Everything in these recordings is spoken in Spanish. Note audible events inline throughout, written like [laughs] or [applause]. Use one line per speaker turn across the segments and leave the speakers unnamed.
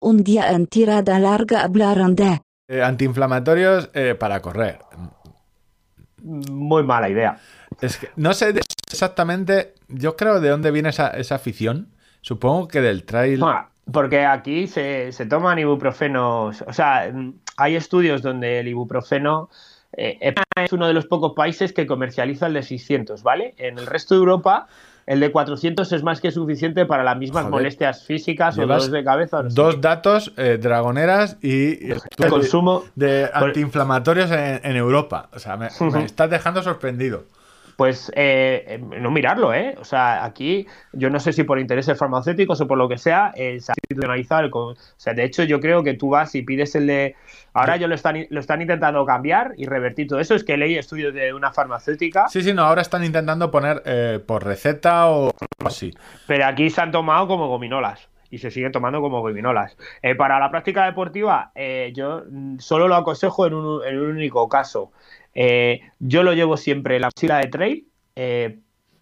un día en tirada larga hablaron de
Eh, antiinflamatorios eh, para correr.
Muy mala idea.
Es que no sé de- exactamente, yo creo de dónde viene esa, esa afición. Supongo que del trail.
Ah, Porque aquí se, se toman ibuprofenos. O sea, mm, hay estudios donde el ibuprofeno. eh, España es uno de los pocos países que comercializa el de 600, ¿vale? En el resto de Europa, el de 400 es más que suficiente para las mismas
Joder.
molestias físicas o
Llevas
dolores de cabeza. o no sé
Dos datos, eh, dragoneras y, y
qué. el consumo.
de antiinflamatorios en, en Europa. O sea,
[laughs]
me, me
Ujú.
estás dejando sorprendido.
Pues eh, eh, no mirarlo, ¿eh? O sea, aquí yo no sé si por intereses farmacéuticos o por lo que sea, eh, se ha institucionalizado el... co- O sea, de hecho yo creo que tú vas y pides el de... Ahora yo lo están, lo están intentando cambiar y revertir todo eso. Es que leí estudios de una farmacéutica,
Sí, sí, no, ahora están intentando poner eh, por receta o o así.
pero aquí se han tomado como gominolas y se siguen tomando como gominolas. Eh, para la práctica deportiva eh, yo mm, solo lo aconsejo en un, en un único caso. Eh, yo lo llevo siempre en la mochila de trail. eh,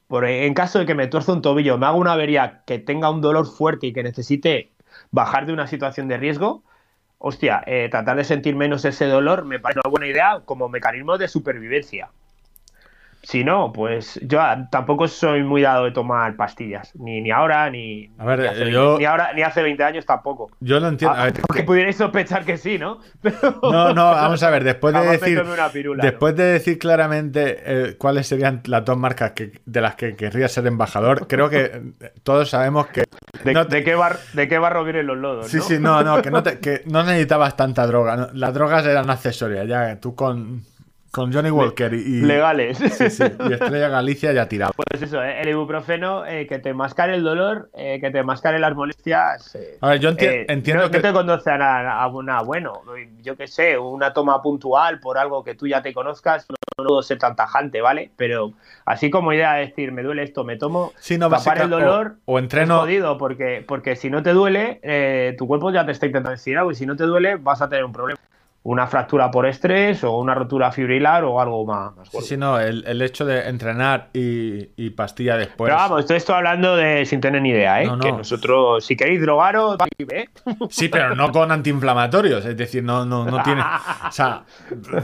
por, en caso de que me tuerza un tobillo, me haga una avería que tenga un dolor fuerte y que necesite bajar de una situación de riesgo, hostia, eh, tratar de sentir menos ese dolor me parece una buena idea como mecanismo de supervivencia. Si no, pues yo ah, tampoco soy muy dado de tomar pastillas, ni, ni ahora, ni,
A ver,
ni, hace,
eh, yo-
ni ahora, ni hace 20 años tampoco.
Yo lo entiendo. a ver,
Porque pudierais sospechar que sí, ¿no? Pero-
No, no, vamos a ver, después de
Jamás me
decir,
tomé una pirula, ¿no?
después de decir claramente eh, cuáles serían las dos marcas que- de las que querría ser embajador, creo que eh, todos sabemos que
¿De,
no-
de qué bar- ¿De qué barro vienen los lodos?
sí,
Pues ¿no?
sí, no, no, que no,
[laughs]
te- que no necesitabas tanta droga, no, las drogas eran accesorias, ya tú con, con Johnny Walker y, y-
Legales.
sí, sí, y Estrella Galicia ya tirado.
[laughs] Pues eso, eh, el ibuprofeno, eh, que te mascare el dolor, eh, que te mascare las molestias. eh,
A ver, yo enti-
eh,
entiendo
no,
que
no te conduce a nada, a nada bueno. Yo qué sé, una toma puntual por algo que tú ya te conozcas, no, no puedo ser tan tajante, ¿vale? Pero así como idea de decir, me duele esto, me tomo,
Sí, no,
tapar el
básica- o-
dolor.
o entreno-
es jodido, porque, porque si no te duele, eh, tu cuerpo ya te está intentando decir algo, y si no te duele, vas a tener un problema. Una fractura por estrés, o una rotura fibrilar, o algo más. más
sí,
gordo.
sí, no, el, el hecho de entrenar y, y pastilla después.
Pero vamos, estoy, estoy hablando de sin tener ni idea, ¿eh?
pues. No, no.
Que nosotros, si queréis drogaros, ¿eh?
Sí, pero no con antiinflamatorios. Es decir, no, no, no tiene. O sea,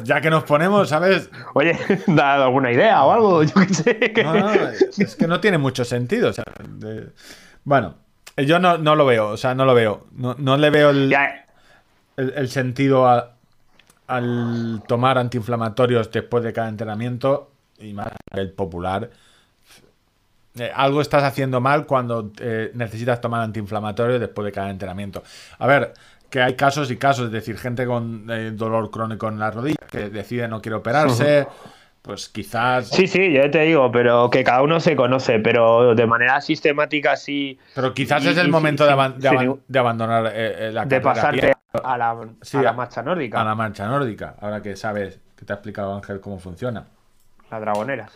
ya que nos ponemos, ¿sabes?
Oye, [laughs] ¿dado alguna idea o algo? Yo qué sé. [laughs] que-
No, no, es que no tiene mucho sentido. o sea, de- Bueno, eh, yo no, no lo veo, o sea, no lo veo. No, no le veo el,
Ya,
el- el sentido a- al tomar antiinflamatorios después de cada entrenamiento y más el popular. Eh, algo estás haciendo mal cuando eh, necesitas tomar antiinflamatorios después de cada entrenamiento. A ver, que hay casos y casos, es decir, gente con eh, dolor crónico en la rodilla que decide no quiere operarse, pues quizás...
Sí, sí, yo te digo, pero que cada uno se conoce, pero de manera sistemática, sí,
Pero quizás
Y-
es el
y
momento
sí,
de,
sí,
aban- de
sí,
aban-
digo-
de abandonar eh, eh, la
de
carrera a pie,
pasarte a la,
Sí,
a la
a-
marcha
a
nórdica,
la marcha nórdica, ahora que sabes que te ha explicado Ángel cómo funciona.
la dragonera.